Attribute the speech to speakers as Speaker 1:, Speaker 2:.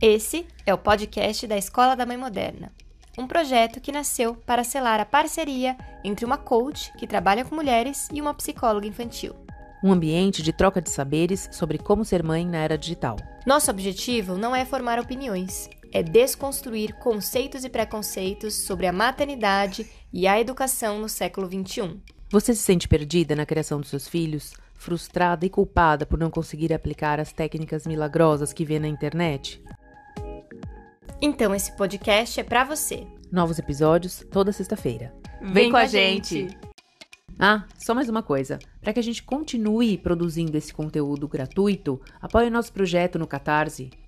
Speaker 1: Esse é o podcast da Escola da Mãe Moderna, um projeto que nasceu para selar a parceria entre uma coach que trabalha com mulheres e uma psicóloga infantil.
Speaker 2: um ambiente de troca de saberes sobre como ser mãe na era digital.
Speaker 1: Nosso objetivo não é formar opiniões, é desconstruir conceitos e preconceitos sobre a maternidade e a educação no século um. XXI.
Speaker 2: Você se sente perdida na criação dos seus filhos? Frustrada e culpada por não conseguir aplicar as técnicas milagrosas que vê na internet?
Speaker 1: Então, esse podcast é para você.
Speaker 2: Novos episódios toda sexta-feira.
Speaker 1: Vem,
Speaker 3: com a gente.
Speaker 2: Ah, só mais uma coisa. Para que a gente continue produzindo esse conteúdo gratuito, apoie o nosso projeto no Catarse.